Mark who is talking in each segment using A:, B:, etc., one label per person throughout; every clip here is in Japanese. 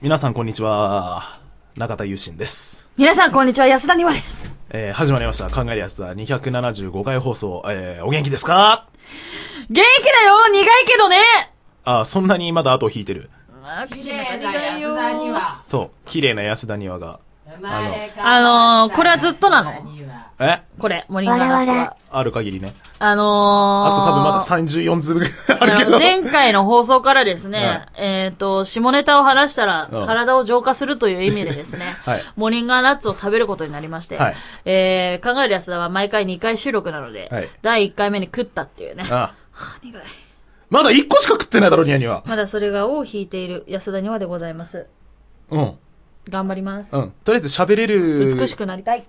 A: 皆さんこんにちは。中田優心です。
B: 皆さん、こんにちは。安田にわです。
A: えー、始まりました。考えるやつだ275回放送。えー、お元気ですか
B: 元気だよ苦いけどね
A: あー、そんなにまだ後を引いてる。
B: 口
C: 綺
B: の中
C: 麗な
B: 苦い
C: 安
B: よ
C: 田には
A: そう。綺麗な安田庭が。
C: 生まれ変わった
B: あのーこれはずっとなの
C: 安田には
A: え
B: これ、モリンガナッツは。
A: ある限りね。
B: あのー、
A: あと多分まだ34粒ぐらいあるけ
B: あの
A: ど。
B: 前回の放送からですね、
A: はい
B: えっ、と、下ネタを話したら、
A: うん
B: 体を浄化するという意味でですね、
A: はい
B: モリンガーナッツを食べることになりまして、
A: はい
B: えー、考える安田は毎回2回収録なので、
A: はい
B: 第1回目に食ったっていうね。は
A: あ
B: あ苦い。
A: まだ1個しか食ってないだろ、ニャニは。
B: まだそれが尾を引いている安田にはでございます。
A: うん。
B: 頑張ります。
A: うん。とりあえず喋れる。
B: 美し。くなりたい。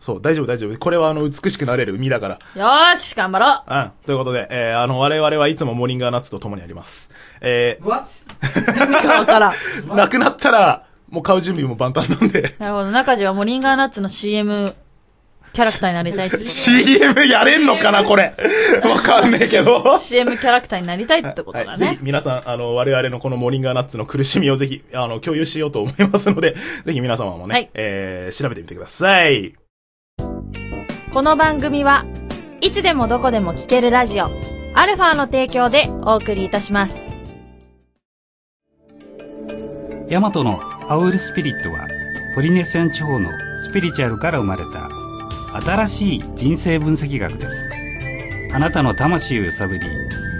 A: そう、大丈夫大丈夫。これはあの、美しくなれる身だから。
B: よーし、頑張ろう
A: うん。ということで、えー、あの、我々はいつもモリンガーナッツと共にあります。え
C: What?
B: わからん。
A: ー、なくなったら、もう買う準備も万端なんで、
B: なるほど。中地はもうリンガーナッツの CM キャラクターになりたいっ て。
A: CM やれんのかな、これ。わかんねえけど。
B: CM キャラクターになりたいってこと
A: は
B: だ
A: い、ぜひ
B: ね。
A: 皆さん、あの、我々のこのモリンガーナッツの苦しみをぜひ、あの、共有しようと思いますので、ぜひ皆様もね、
B: はい
A: えー、調べてみてください。
B: この番組はいつでもどこでも聴けるラジオ、アルファの提供でお送りいたします。
D: ヤマトのアウルスピリットはポリネシアン地方のスピリチュアルから生まれた新しい人生分析学ですあなたの魂を揺さぶり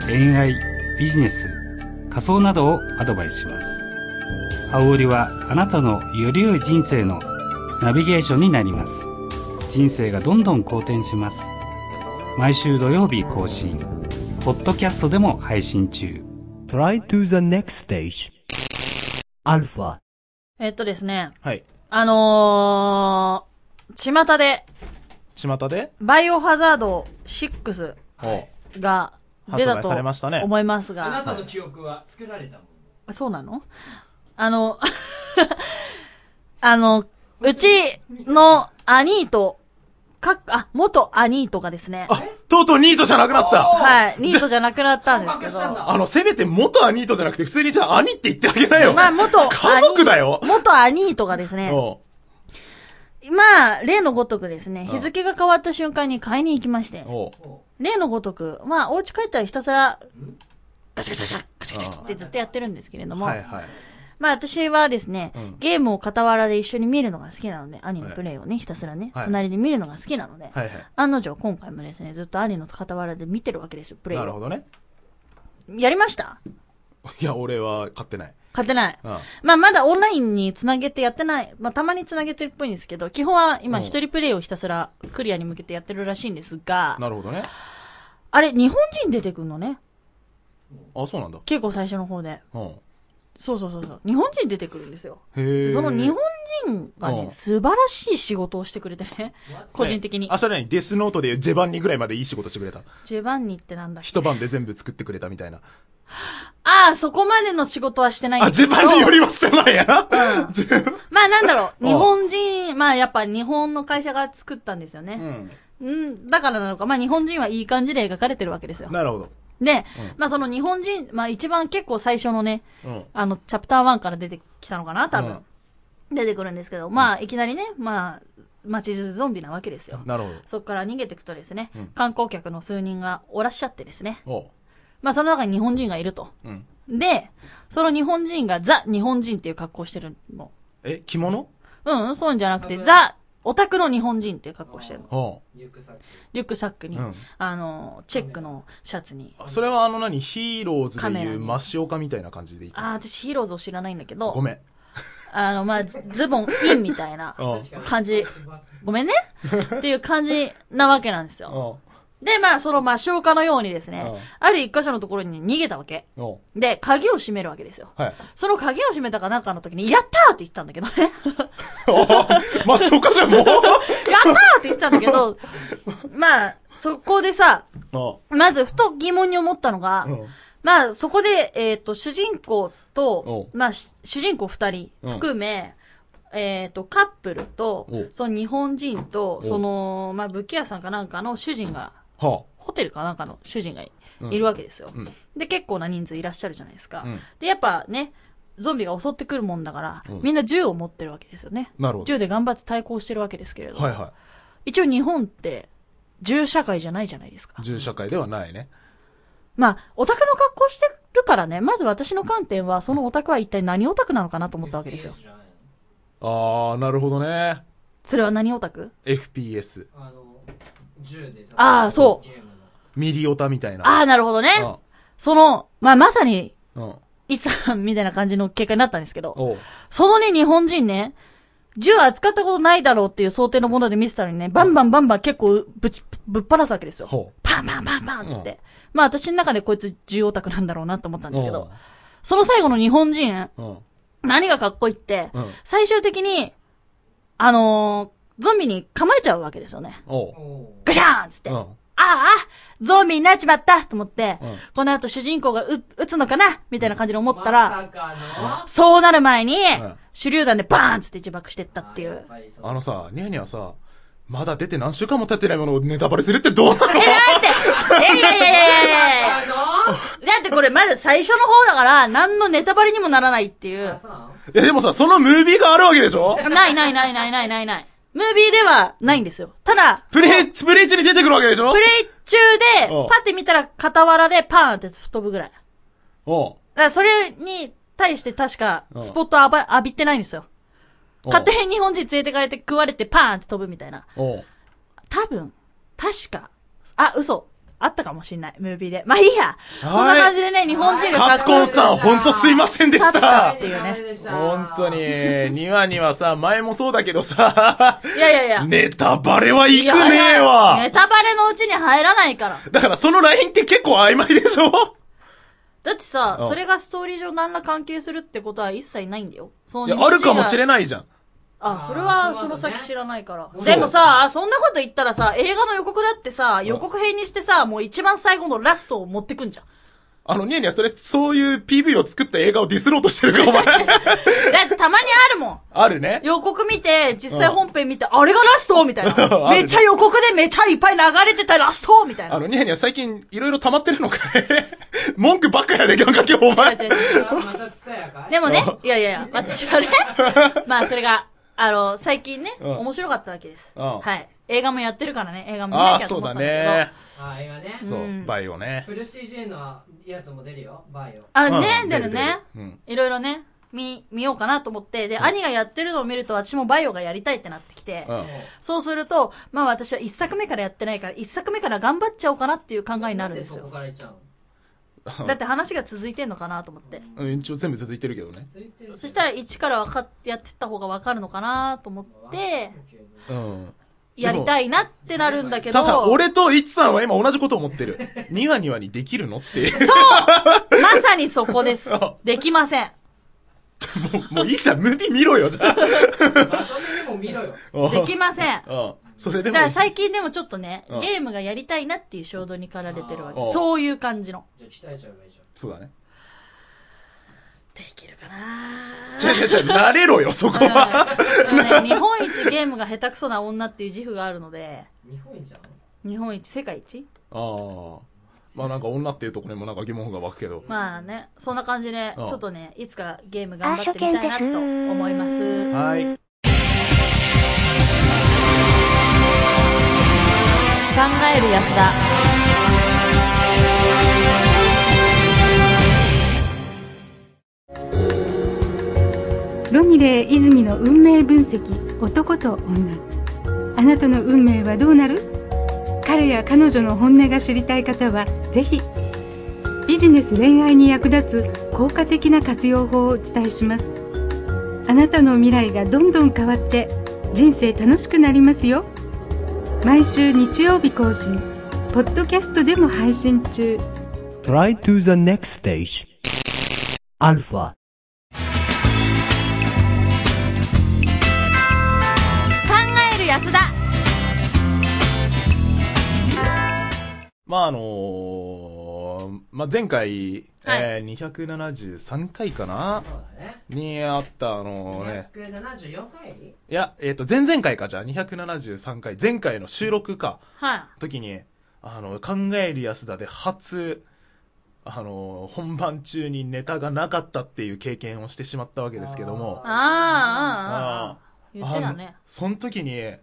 D: 恋愛ビジネス仮想などをアドバイスしますアオウリはあなたのより良い人生のナビゲーションになります人生がどんどん好転します毎週土曜日更新ポッドキャストでも配信中
E: Try to the next stage. Alpha.
B: えっとですね、
A: はい。
B: あのー、巷で
A: 巷で、
B: バイオハザード6
A: お
B: が出た
A: 発売
B: と
A: されましたね
B: 思いますが、
C: あなたの記憶は作られたも
B: そうなのあの、 あの、うちの兄と、かあ、元兄とがですね。
A: あ、とうとうニートじゃなくなった
B: はい、ニートじゃなくなったんですけ
C: 昇格したん
B: ど。
C: だ
A: あの、せめて元アニートじゃなくて、普通にじゃあ兄って言ってあげなよ。
B: まあ、元兄、
A: 家族だよ
B: 元兄とがですね、
A: お
B: まあ、例のごとくですね、日付が変わった瞬間に買いに行きまして
A: う、おう
B: 例のごとく、まあ、お家帰ったらひたすら、ガチャガチャガチャ、ガチャガチャってずっとやってるんですけれども、
A: はいはい。
B: まあ私はですね、
A: ん
B: ゲームを傍らで一緒に見るのが好きなので、兄のプレイをね、ひたすらね、
A: はい
B: 隣で見るのが好きなので、
A: はいはい。
B: 案の定今回もですね、ずっと兄の傍らで見てるわけですよ、プレイ
A: なる
B: を。
A: ほどね。
B: やりました
A: いや、俺は買ってない。
B: 勝てない。
A: うん。
B: まあまだオンラインにつなげてやってない。まあたまにつなげてるっぽいんですけど、基本は今
A: うん
B: 一人プレイをひたすらクリアに向けてやってるらしいんですが、
A: なるほどね。
B: あれ、日本人出てくんのね。
A: あ、そうなんだ。
B: 結構最初の方で。
A: うん。
B: そうそうそうそう。日本人出てくるんですよ。
A: へえ。
B: その日本人が
A: うん
B: ね、素晴らしい仕事をしてくれてね、個人的
A: ね。
B: に
A: あ、それにデスノートでいうジェバンニぐらいまでいい仕事してくれた。
B: ジェバンニってなんだっけ
A: 一晩で全部作ってくれたみたいな。
B: ああ、そこまでの仕事はしてないんだ
A: あ、
B: け
A: ジェ
B: ど。
A: バンニよりはしてないやな。ジェ
B: まあなんだろう。
A: ん
B: 日本人、まあやっぱ日本の会社が作ったんですよ
A: う
B: ね。
A: ん。
B: うん。だからなのか、まあ日本人はいい感じで描かれてるわけですよ。
A: なるほど。
B: で、まあその日本人、まあ一番結構最初のね、
A: うん。
B: あの、チャプター1から出てきたのかな、多
A: う
B: 分
A: ん。
B: 出てくるんですけど、まあいきなりね、まあ、街中ゾンビなわけですよ。
A: なるほ
B: そこから逃げていくとですね、観光客の数人がおらっしゃってですね、
A: ど。おう。
B: まあその中に日本人がいると。
A: うん。
B: で、その日本人がザ・日本人っていう格好してるの。
A: え、着物
B: うんうん、そういうんじゃなくて、ザ・オタクの日本人っていう格好してるの。
A: お
C: んリュックサック
B: リュックサックに、
A: うん
B: あの、チェックのシャツに。
A: う。それはあの何ヒーローズで
B: カメラ
A: いう
B: に
A: マシオカみたいな感じでいい
B: あー、私ヒーローズを知らないんだけ
A: ご
B: ど、
A: めん。
B: あの、まあ、ズボンインみたいな
A: うん。
B: 感じ。ごめんねっていう感じなわけなんですよ。
A: お
B: で、まあ、その魔性化のようにですね
A: うん、
B: ある一箇所のところに逃げたわけ。
A: う。おう。
B: で、鍵を閉めるわけですよ。
A: はい。
B: その鍵を閉めたかなんかの時に、やったーって言ったん だけどね。
A: おう マシオカじゃん、もう。
B: やったーって言ってたんだけど、まあ、そこでさ、
A: おう
B: まずふと疑問に思ったのが、
A: うん
B: まあ、そこで、えっ、と、主人公と
A: お、
B: まあ、し主人公二人含め、えっ、と、カップルと
A: お、
B: その日本人と、
A: お
B: その、まあ、武器屋さんかなんかの主人が、
A: は
B: ホテルかなんかの主人がい,、
A: うん
B: るわけですよ、
A: うん
B: で、結構な人数いらっしゃるじゃないですか。
A: うん
B: で、やっぱね、ゾンビが襲ってくるもんだから、
A: うん
B: みんな銃を持ってるわけですよね。
A: なるほど。
B: 銃で頑張って対抗してるわけですけれど。
A: はいは
B: 一応日本って、銃社会じゃないじゃないですか
A: い。。銃社会ではないね。
B: まあ、オタクの格好してるからね、まず私の観点は、そのオタクは一体何オタクなのかなと思ったわけですよ
C: FPS。じゃないの
A: ああ、なるほどね。
B: それは何オタク
A: FPS。
C: あの銃で
B: あーそう
C: ゲームの
A: ミリオタみたいな。
B: ああ、なるほどね。その、まあまさに、
A: うん。うん。
B: イさんみたいな感じの結果になったんですけど、
A: おう
B: そのね、日本人ね、銃扱ったことないだろうっていう想定のもので見てたのにね、バンバンバンバン結構ぶち、ぶっ放すわけですよ。
A: ほう。
B: パンパンパンパンっつっ
A: う
B: て。まあ私の中でこいつ銃オタクなんだろうなと思ったんですけど、
A: う
B: その最後の日本人、
A: ん。うん。
B: 何がかっこいいって、
A: うん
B: 最終的に、あのーゾンビに噛まれちゃうわけですよね。
A: おう。
C: おう
B: ガシャーンっつって。
A: うん。
B: ああ、ゾンビになっちまったと思って、
A: うん
B: この後主人公がう撃つのかなみたいな感じで思った
C: ま
B: ら、
C: さかの
B: そうなる前に、
A: ん
B: 手榴弾でバーンっつって自爆してったってい
C: あや
B: う。
C: ぱりそう
A: あのさ、ニャーニャーさ、まだ出て何週間も経ってないものをネタバレするってどうな
B: え、
A: の
B: なんて、えいやいやいやいやいや
C: あ
B: だってこれまだ最初の方だから、何のネタバレにもならないっていう
C: の。そう
A: いやでもさ、そのムービーがあるわけでしょ
B: ないないないないないないない。ムービーではないんですよ。ただ、
A: プレイ、プレイ中に出てくるわけでしょ
B: プレイ中で、
A: うん
B: パって見たら傍らでパーンって吹っ飛ぶぐらい。だか
A: おう
B: らそれに対して確か
A: う、ん
B: スポット浴び浴びてないんですよ。
A: おう
B: 勝手に日本人連れてかれて食われてパーンって飛ぶみたいな。
A: おう
B: 多分、確か、あ、嘘。あったかもしんない、ムービーで。まあいいや。そん
A: はい
B: な感じでね、日本人が
C: か
A: カ
C: っ
A: プ
B: 格好
A: コ
B: い
A: ン
B: い
A: さん、ほんとすいませんでし
B: 勝った
A: た
B: って。いうね。
A: 本当に、にわにはさ、前もそうだけどさ、
B: いやいやいや。
A: ネタバレはい
B: い
A: く
B: や
A: ねえ
B: いやネ
A: わ。
B: タバレのうちに入らないから。
A: だからそのラインって結構曖昧でしょ
B: だってさ、
A: うん
B: それがストーリー上何ら関係するってことは一切ないんだよ。そ
A: いや、あるかもしれ
B: ん。
A: ないじゃん。
B: あ、それは
C: あー
B: その
C: そうだね
B: 先知らないから。
C: そう
B: でもさ、あそんなこと言ったらさ、映画の予告だってさ、予告編にしてさ、もう一番最後のラストを持ってくんじゃん。
A: あの、ニャーニャー、それ、そういう PV を作った映画をディスろうとしてるか、お前。
B: だってたまにあるもん。
A: あるね。
B: 予告見て、実際本編見て、あれがラストみたいな。
A: あるね
B: めっちゃ予告でめちゃいっぱい流れてたラストみたいな。
A: あの、ニャーニャー、最近、いろいろ溜まってるのかい 文句ばっかやできんか、今日、お 前。
B: 違う違う違う
C: またツタヤかい
B: でもね、いやいやいや、私はね、まあそれが、あの、最近ね、
A: うん
B: 面白かったわけです。
A: うん
B: はい。映画もやってるからね、映画も見
A: あ
B: な
A: あ、
B: きゃ
A: そ
B: と
A: う
B: 思っ
A: だ
B: たんだけど。
A: ね。
C: あ映画ね
A: そうう、
B: ん
A: バイオね。
C: フル CG のやつも出るよバイオ
B: あ、ね
A: う、ん
B: 出るね。
A: 出る出る
B: いろいろね、見、見ようかなと思って、で、兄がやってるのを見ると、私もバイオがやりたいってなってきて、
A: うん。うん。
B: そうすると、まあ私は一作目からやってないから、一作目から頑張っちゃおうかなっていう考えになるんです
C: そ
B: よ。
C: こから行っちゃうの
B: だって話が続いてんのかなと思って。
A: うん、一応全部続いてるけどね。
C: ついてる
B: そしたら一から分かってやってった方が分かるのかなと思って、
A: うん。
B: やりたいなってなるんだけど。
A: ただ、俺とイチさんは今同じこと思ってる。ニワニワにできるのって。
B: そうまさにそこです。できません。
A: もういいじゃん、ムービー見ろよ、じゃあ。
C: まとめにも見ろよ
B: できません。
A: うん。それで
B: だ
A: も
B: か。ら最近でもちょっとね、
A: うん
B: ゲームがやりたいなっていう衝動に駆られてるわけ
A: う。ん
B: そういう感じの。
C: じゃあ鍛えちゃえばいいじゃ
A: そうだね。
B: できるかな
A: 違う違う違う、慣れろよ、そこは。
B: あの ね日本一ゲームが下手くそな女っていう自負があるので、
C: ん日本一なの
B: 日本一、世界一
A: ああ。まあなんか女っていうところにもなんか疑問符が湧くけど。
B: まあね、そんな感じで、ち
A: うん
B: ょっとね、いつかゲーム頑張ってみたいなと思います。
A: はい。
B: 考える安田
F: ロミレー泉の運命分析男と女あなたの運命はどうなる彼や彼女の本音が知りたい方はぜひビジネス恋愛に役立つ効果的な活用法をお伝えしますあなたの未来がどんどん変わって人生楽しくなりますよ毎週日曜日更新ポッドキャストでも配信中
E: Try to the next stage. Alpha.
B: 考える安田
A: まああのー、まあ前回、えー、273回かな
C: そうだね
A: にあったあのね、
C: 274回
A: いや、えっ、と、前々回か、じゃあ、273回、前回の収録か、
B: はい
A: 時に、あの、考える安田で初、あの、本番中にネタがなかったっていう経験をしてしまったわけですけども
B: あー、あーあー
A: あ
B: あー言ってたね
A: あの。その時に、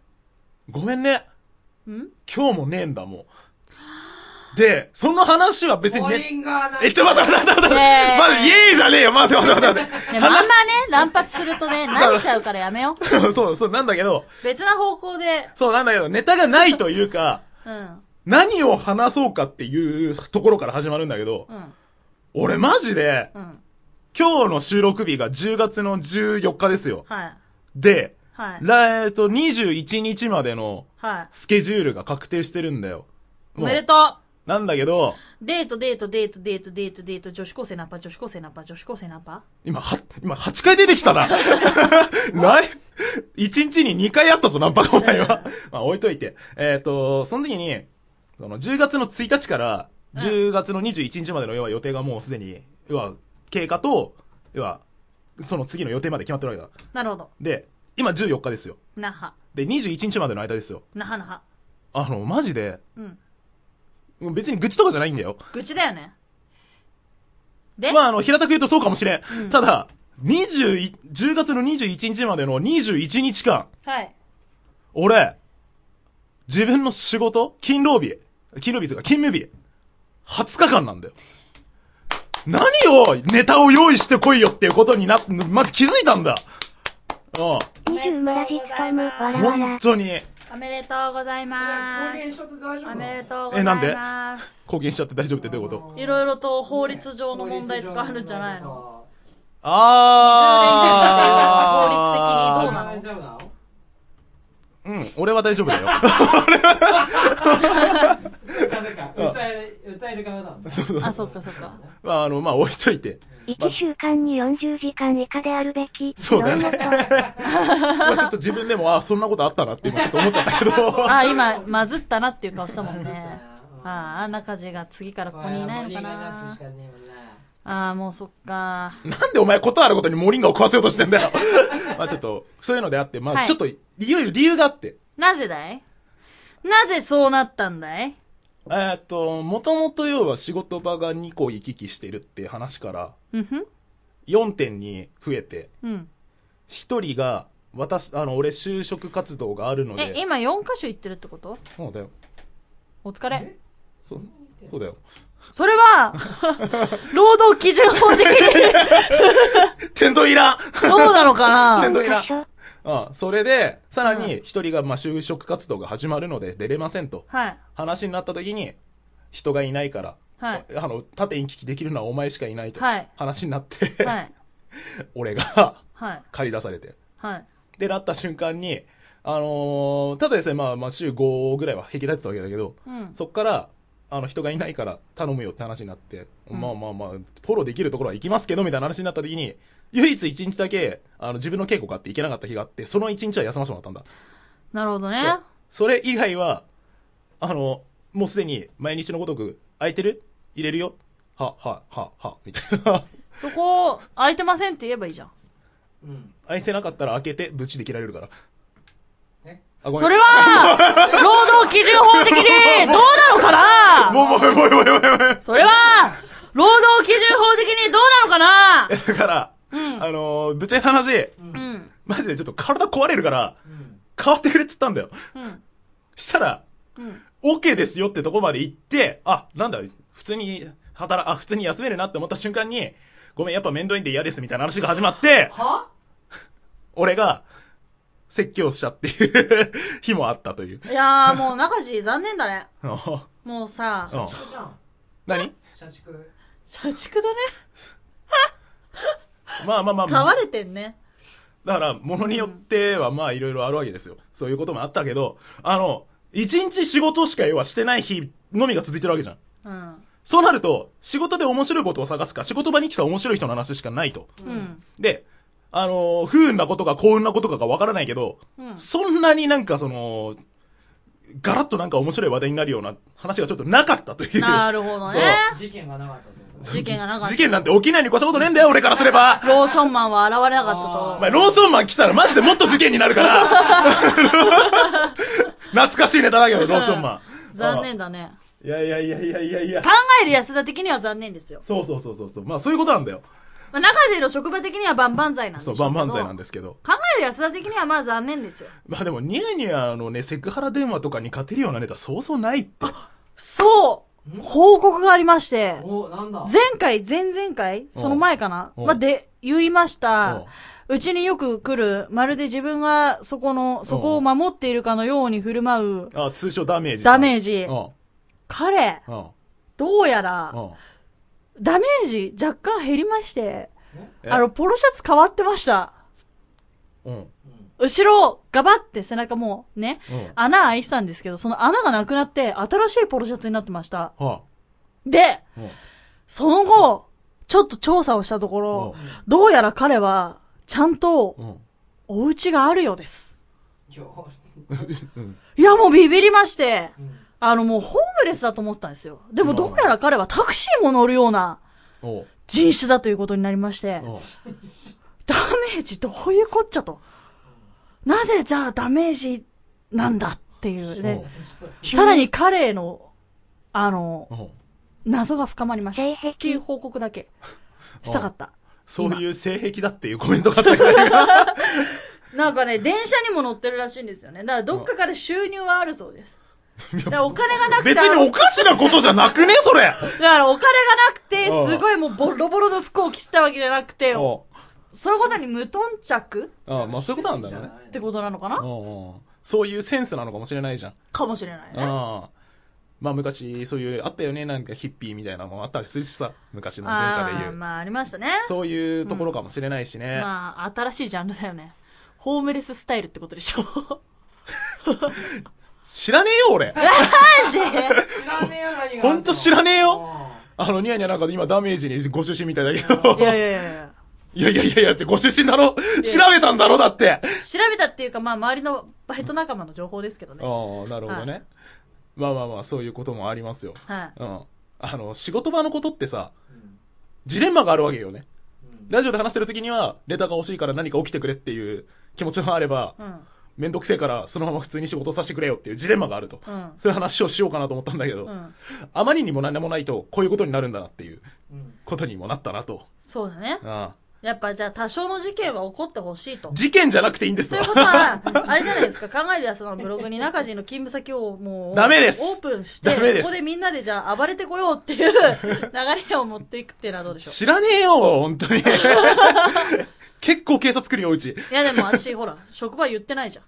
A: ごめんね。
B: ん
A: 今日もねえんだ、もう。で、その話は別に
C: ボ
A: ね、
C: リンガーな
A: え、ちょ、待って待って待って待って
B: ねえ
A: まだ、イエーイじゃねえよ待って待って待って
B: でもあんまね、乱発すると ね、慣れちゃうからやめよう。
A: 話そう、そう、なんだけど、
B: 別な方向で、
A: そうなんだけど、ネタがないというか、
B: うん、
A: 何を話そうかっていうところから始まるんだけど、
B: うん、
A: 俺マジで、
B: うん。
A: 今日の収録日が10月の14日ですよ。
B: はい、
A: で、
B: はい、
A: らえっと、21日までの
B: はい。
A: スケジュールが確定してるんだよ。
B: お
A: もう
B: めでとう
A: なんだけど、
B: デート、デート、デート、デート、デート、デート、女子高生ナンパ、女子高生ナンパ、女子高生ナンパ
A: 今、は、 今8回出てきたな。 ない、1日に2回あったぞ、ナンパがお前は。まあ置いといて。えっ、と、その時に、その10月の1日から10月の21日までの要は予定がもうすでに、要は経過と、要は、その次の予定まで決まってるわけだ。
B: なるほど。
A: で、今14日ですよ。
B: 那覇、
A: で、21日までの間ですよ。
B: 那覇那覇。
A: あの、マジで、
B: うん。
A: 別に愚痴とかじゃないんだよ。
B: 愚痴だよね。で、
A: まあ、あの、平たく言うとそうかもしれん。
B: うん
A: ただ、20、10月の21日までの21日間、
B: はい。
A: 俺、自分の仕事、勤労日、勤労日というか勤務日、20日間なんだよ。何を、ネタを用意してこいよっていうことにな、まず気づいたんだ。う
G: 20村しつかむ、わらわ
A: ん。
G: ら。
A: 本当に、
B: おめでとうございま
C: 貢献しとって大
B: す。
C: 丈
B: お
C: 夫なの
B: めでとうござ
A: え
B: い
A: なん
B: ます。
A: で貢献しちゃって大丈夫ってどういうこと
B: いろいろと法律上の問題とかあるんじゃないの
A: あー。
B: 法律的にどうなの
C: 大丈夫な
A: う
C: の
A: ん、俺は大丈夫だよ。
C: そっかそっか歌える歌える側だもんね
B: あ、そっかそっか。
A: まあ、あの、まあ、置いといて。
G: 1週間に40時間以下であるべき。
A: そうだね
G: いろんな と。
A: まあ、ちょっと自分でも、ああ、そんなことあったなって今ちょっと思っちゃったけど。
B: あ、今、まずったなっていう顔したもんね。ああ、中地が次からここにいないのかな。ああ、もうそっか。
A: なんでお前ことあることにモリンガを食わせようとしてんだよ。 まあちょっと、そういうのであって、ま
B: は
A: あ
B: い
A: ちょっと、いろいろ理由があって。
B: なぜだいなぜそうなったんだい
A: えーっと、もともと要は仕事場が2個行き来してるって話から、
B: うんふん
A: 4点に増えて、
B: うん。
A: 1人が、私、あの、俺就職活動があるの
B: え、
A: で、
B: 今4箇所行ってるってこと
A: そうだよ。
B: お疲れ。
A: そう、そうだよ。
B: それ は、労働基準法的 に
A: 天童いらん
B: どうなのか
A: 天
B: な
A: 童いらんああそれで、さらに1人が、まあ就職活動が始まるので出れませんと。
B: はい。
A: 話になった時に、人がいないから、
B: はい。
A: あの、縦に聞きできるのはお前しかいないと。
B: はい
A: 話になって、
B: はい。
A: 俺が
B: はい。
A: 借り出されて。
B: はい。
A: で、なった瞬間に、あのーただでさえ、まあ、まあ、週5ぐらいは平気だってたわけだけど、
B: うん。
A: そっから、あの、人がいないから頼むよって話になって、まあまあまあ、フォローできるところは行きますけど、みたいな話になった時に、唯一一日だけ、あの、自分の稽古があって行けなかった日があって、その一日は休ませてもらったんだ。
B: なるほどね。
A: そうそれ以外は、あの、もうすでに毎日のごとく、空いてる入れるよは、は、は、は、みたいな。
B: そこ、空いてませんって言えばいいじゃん。
C: うん
A: 空いてなかったら開けて、ぶちで切られるから。
C: え
A: あ、ごめん。
B: それは、労働基準法的に、どうなのかな
A: もう、もう、もう、もう、もう、もう、もう。
B: それは、労働基準法的にどうなのかな
A: だから、あのー、ぶっちゃけた話、
B: うん。
A: マジでちょっと体壊れるから、
C: うん
A: 変わってくれっつったんだよ。
B: うん。
A: したら、
B: うん。
A: OK ですよってとこまで行って、あ、なんだ、普通に働、あ、普通に休めるなって思った瞬間に、ごめん、やっぱ面倒いんで嫌ですみたいな話が始まって、
C: は
A: 俺が、説教したっていう日もあったという。
B: いやー、もう中地残念だね。
A: あの
B: もうさ、
A: うん
C: 社畜じゃん
A: 何
C: 社畜
B: 社畜だね。
A: まあまあまあ
B: 飼
A: ま
B: わ
A: あ、
B: れてんね。
A: だから、ものによってはまあいろいろあるわけですよ。そういうこともあったけど、あの、一日仕事しか要はしてない日のみが続いてるわけじゃん。
B: うん。
A: そうなると、仕事で面白いことを探すか、仕事場に来た面白い人の話しかないと。
B: うん。
A: で、あのー不運なことか幸運なことかがわからないけど、
B: うん
A: そんなになんかその、ガラッとなんか面白い話題になるような話がちょっとなかったという。
B: なるほどね。
C: 事件がなかったってこと
B: 事件がなかった
A: 事。件なんて起きないに越したことねえんだよ、俺からすれば。
B: ローションマンは現れなかった
A: お
B: と。
A: 前、ローソンマン来たらマジでもっと事件になるから。懐かしいネタだけど、ローソンマン。
B: 残念だね。
A: いやいやいやいやいやいや
B: 考。える安田的には残念ですよ。
A: そうそうそうそうそう。まあそういうことなんだよ。
B: まあ、中地の職場的には万々歳なんです
A: そう、万々歳なん
B: で
A: ですけど。
B: 考える安田的にはまあ残念ですよ。
A: まあでも、ニヤニヤのね、セクハラ電話とかに勝てるようなネタそうそうないって。
B: そう報告がありまして、
C: お、なんだ。
B: 前回、前々回その前かな
A: うん
B: まあ、で、言いまし
A: うん
B: た。うちによく来る、まるで自分がそこの、そこを守っているかのように振る舞う、
A: あ通称ダメージさん。
B: ダメージ
A: うん。
B: 彼、
A: うん。
B: どうやら、
A: うん。
B: ダメージ若干減りまして、
A: え
B: あの、ポロシャツ変わってました。
A: うん。
B: 後ろ、ガバって背中もうね、
A: うん
B: 穴開いてたんですけど、その穴がなくなって、新しいポロシャツになってました。
A: は
B: で、
A: あ。うん。
B: その後、ちょっと調査をしたところ、どうやら彼は、ちゃんと
A: う、ん。
B: お家があるようです。
C: 今
A: うん。
B: いや、もうビビりまして、
C: 日。
B: あの、もうホームレスだと思ってたんですよ。でも、どうやら彼はタクシーも乗るような
A: おう。
B: 人種だということになりまして、
A: おう
B: ダメージどういうこっちゃと。なぜじゃあダメージなんだっていうね。さらに彼への、あの、
A: おう。
B: 謎が深まりました。っ
G: 性癖
B: ていう報告だけ、したかった。
A: そういう性癖だっていうコメントがあったけど。
B: なんかね、電車にも乗ってるらしいんですよね。だからどっかから収入はあるそうです。だからお金がなくて、
A: 別におかしなことじゃなくねそれ
B: だからお金がなく
A: う
B: て、
A: ん
B: すごいもうボロボロの服を着せたわけじゃなくて、
A: おう。
B: そういうことに無頓着
A: ああ、まあそういうことなんだろうね。
B: ってことなのか
A: う
B: なん
A: うんそういうセンスなのかもしれないじゃん。
B: かもしれないね。
A: ああ。まあ昔、そういう、あったよね、なんかヒッピーみたいなのもあったりするしさ、昔の文化で
B: あ
A: 言
B: あ、
A: う。
B: まあありましたね。
A: そういうところかもしれないしね。
B: まあ、新しいジャンルだよね。ホームレススタイルってことでしょ。
A: 知らねえよ、俺。
B: なんで
C: 知らねえよ、何があったの。
A: ほんと知らねえよ
C: うん。
A: あの、ニヤニヤなんか今ダメージにご出身みたいだけど
B: い。やいやいやいや。
A: いやいやいやいやってご出身だろ調べたんだろだって。
B: 調べたっていうか、まあ、周りのバイト仲間の情報ですけどね。
A: ああ、なるほどね。まあまあまあ、そういうこともありますよ。
B: はい。
A: うん。あの、仕事場のことってさ、ジレンマがあるわけよね。ラジオで話してる時には、レターが欲しいから何か起きてくれっていう気持ちもあれば、
B: うん。
A: めんどくせえからそのまま普通に仕事をさせてくれよっていうジレンマがあると。
B: うん
A: そういう話をしようかなと思ったんだけど、
B: うん。
A: あまりにも何でもないと、こういうことになるんだなっていう
C: うん
A: ことにもなったなと。
B: そうだね。
A: ああ
B: やっぱ、じゃあ、多少の事件は起こってほしいと。
A: 事件じゃなくていいんです
B: とい
A: よ
B: う。ことは、あれじゃないですか、考えるやつのブログに中地の勤務先をもう、
A: ダメです
B: オープンして、
A: ダメです
B: そこでみんなでじゃあ暴れてこようっていう流れを持っていくっていうのはどうでしょ
A: 知らねえよ、本当 に。結構警察来るよ、うち。
B: う。いやでも私、ほら、職場言ってないじ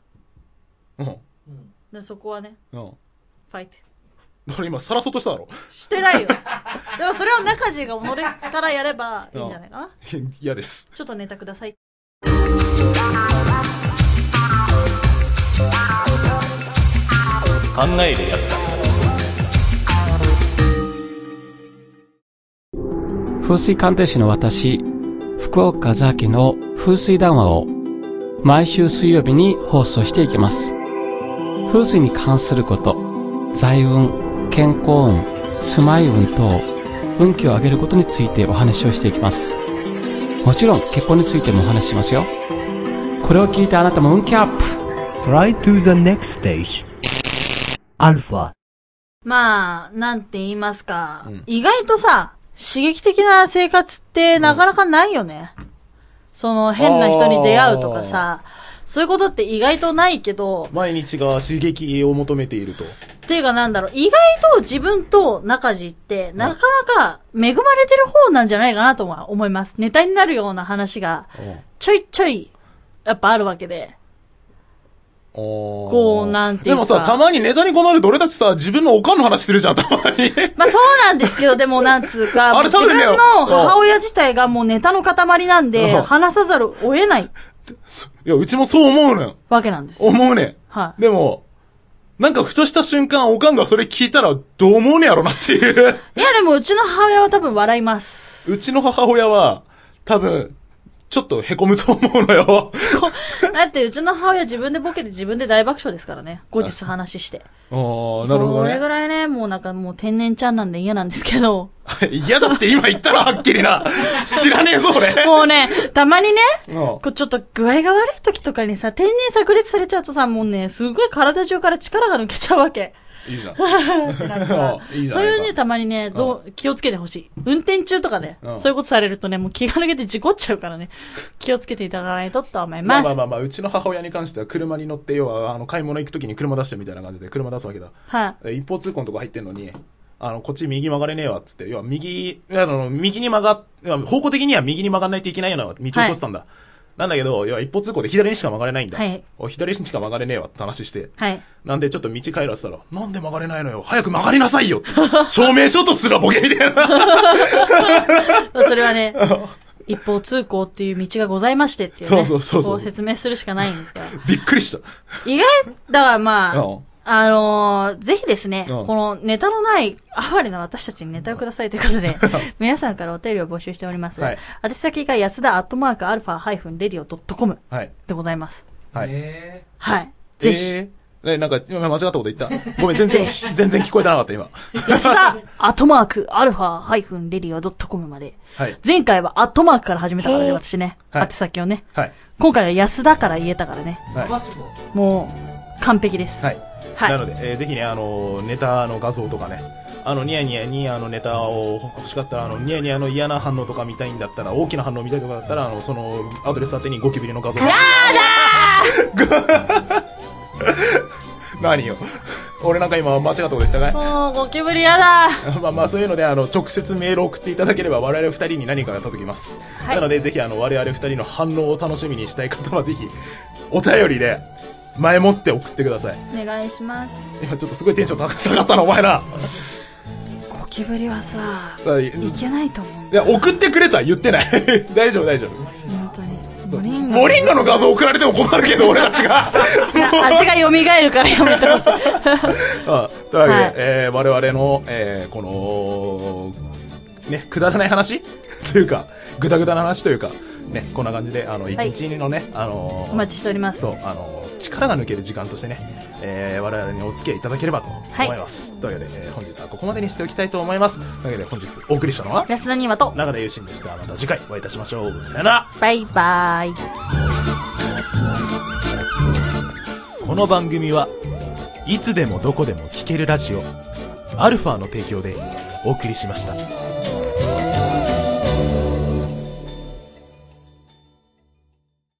B: ゃん。
A: うん。
B: でそこはね、
A: うん。
B: ファイト。
A: だから今、さらそうとしただろ。
B: してないよ。でもそれを中地が己からやればいいんじゃないかな。
A: 嫌です。
B: ちょっとネタください。
A: 考えるやつだ。
H: 風水鑑定士の私、福岡和明の風水談話を毎週水曜日に放送していきます。風水に関すること、財運、健康運、住まい運等、運気を上げることについてお話をしていきます。もちろん結婚についてもお話ししますよ。これを聞いてあなたも運気アップ
E: Try to the next stage. Alpha.
B: まあ、なんて言いますか、
A: うん
B: 意外とさ、刺激的な生活ってなかなかないよね。その変な人に出会うとかさ、そういうことって意外とないけど、
A: 毎日が刺激を求めていると。
B: っていうかなんだろう、意外と自分と中地って、なかなか恵まれてる方なんじゃないかなとは思います。ネタになるような話が、ちょいちょい、やっぱあるわけで。
A: こ
B: うなんてい
A: で
B: うか
A: もさ、たまにネタに困ると俺たちさ、自分のおかんの話するじゃん、たま に。
B: まあそうなんですけど、で もなんつうか、
A: あれ
B: 自
A: 多分
B: 分
A: ね
B: の母親自体がもうネタの塊なんで、
A: うん
B: 話さざるを得ない
A: いや、うちもそう思うのよ。
B: わけなんですよ。
A: 思うね。
B: はい。
A: でも、なんかふとした瞬間、おかんがそれ聞いたら、どう思うねやろなっていう。
B: いやでもうちの母親は多分笑 います。
A: うちの母親は、多分、ちょっと凹むと思うのよ。
B: だってうちの母親自分でボケて自分で大爆笑ですからね。後日話して。
A: ああ、なるほど
B: それぐ
A: ね。
B: らいね、もうなんかもう天然ちゃんなんで嫌なんですけど。
A: 嫌だって今言ったらはっきりな。知らねえぞ、俺。
B: もうね、たまにね、
A: うん
B: こうちょっと具合が悪い時とかにさ、天然炸裂されちゃうとさ、もうね、すごい体中から力が抜けちゃうわけ。
A: いいじゃん。
B: って なるから
A: おいいじゃん
B: それをね、たまにね、どう、気をつけてほしい。運転中とかね
A: う、ん
B: そういうことされるとね、もう気が抜けて事故っちゃうからね、気をつけていただかないととは思い
A: まあ
B: ま
A: ますあ。まあまあ、うちの母親に関しては車に乗って、要は、あの、買い物行くときに車出してみたいな感じで車出すわけだ。
B: はい。
A: え一方通行のとこ入ってんのに、あの、こっち右曲がれねえわ、っつって、要は右、あの、右に曲が、要は方向的には右に曲がんないといけないような道を起こしたんだ。なんだけど、要は一方通行で左にしか曲がれないんだ。
B: はい
A: お左にしか曲がれねえわって話して。
B: はい。
A: なんでちょっと道帰らせたら、なんで曲がれないのよ早く曲がりなさいよって証明書とすらボケみたいな。
B: それはね、一方通行っていう道がございましてっていう、ね。
A: そうそうそうそう
B: こ説明するしかないんですが。
A: びっくりした。
B: 意外、だからまあ
A: うん、
B: あのーぜひですね、
A: うん
B: このネタのない、哀れな私たちにネタをくださいというこ とで、皆さんからお便りを募集しております。
A: はい
B: 宛先が安田アットマークアルファハイフンレディオドットコム
A: はい。
B: でございます。
A: はい。
C: え
B: はい。ぜひ、
A: えーねなんか、今間違ったこと言った。ごめん、全然
B: ぜ、ひ
A: 全然聞こえてなかった、今。
B: 安田アットマークアルファハイフンレディオドットコムまで。
A: はい。
B: 前回はアットマークから始めたからね、私ね。
A: はい
B: 宛先をね。
A: はい。
B: 今回は安田から言えたからね。
A: は
C: ー、
A: い。
C: マシボ。
B: もう、完璧です。
A: はい。
B: はい
A: なので、えーぜひね、あの、ネタの画像とかね、あの、ニヤニヤに、あの、ネタを欲しかったら、あの、ニヤニヤの嫌な反応とか見たいんだったら、大きな反応見たいとかだったら、あの、その、アドレス宛てにゴキブリの画像やだー 何よ。俺なんか今間違ったこと言ったかい
B: もう、ゴキブリやだ
A: まあまあそういうのであの直接メールを送っていただければ我々二人に何かが届きます、
B: い
A: なのでぜひあの我々二人の反応を楽しみにしたい方はぜひお便りで前もって送ってください
B: お願いし ます。
A: 今ちょっとすごいテンション高下がったなお前 な
B: ゴキブリはさ、
A: い
B: いけないと思う。
A: や送ってくれとは言ってない 大丈夫大丈夫
B: 本当に。モリンガ。
A: モリンガの画像送られても困るけど俺たちが
B: いや味が蘇るからやめてほしい。
A: あというわけで、
B: はい
A: えー我々の、えーこの、ね、くだらない話 というか、ぐだぐだな話というか、ね、こんな感じで、あの、一日のね、あのー
B: お待ちしております
A: そう、あのー力が抜ける時間としてね、えー我々にお付き合いいただければと
B: はい
A: 思います。というわけで、えー本日はここまでにしておきたいと思います。というわけで、本日お送りしたのは、
B: 安田にはと、
A: 中田優心でした。また次回お会いいたしましょう。さよなら
B: バイバイ。
A: この番組はいつでもどこでも聴けるラジオアルファの提供でお送りしました。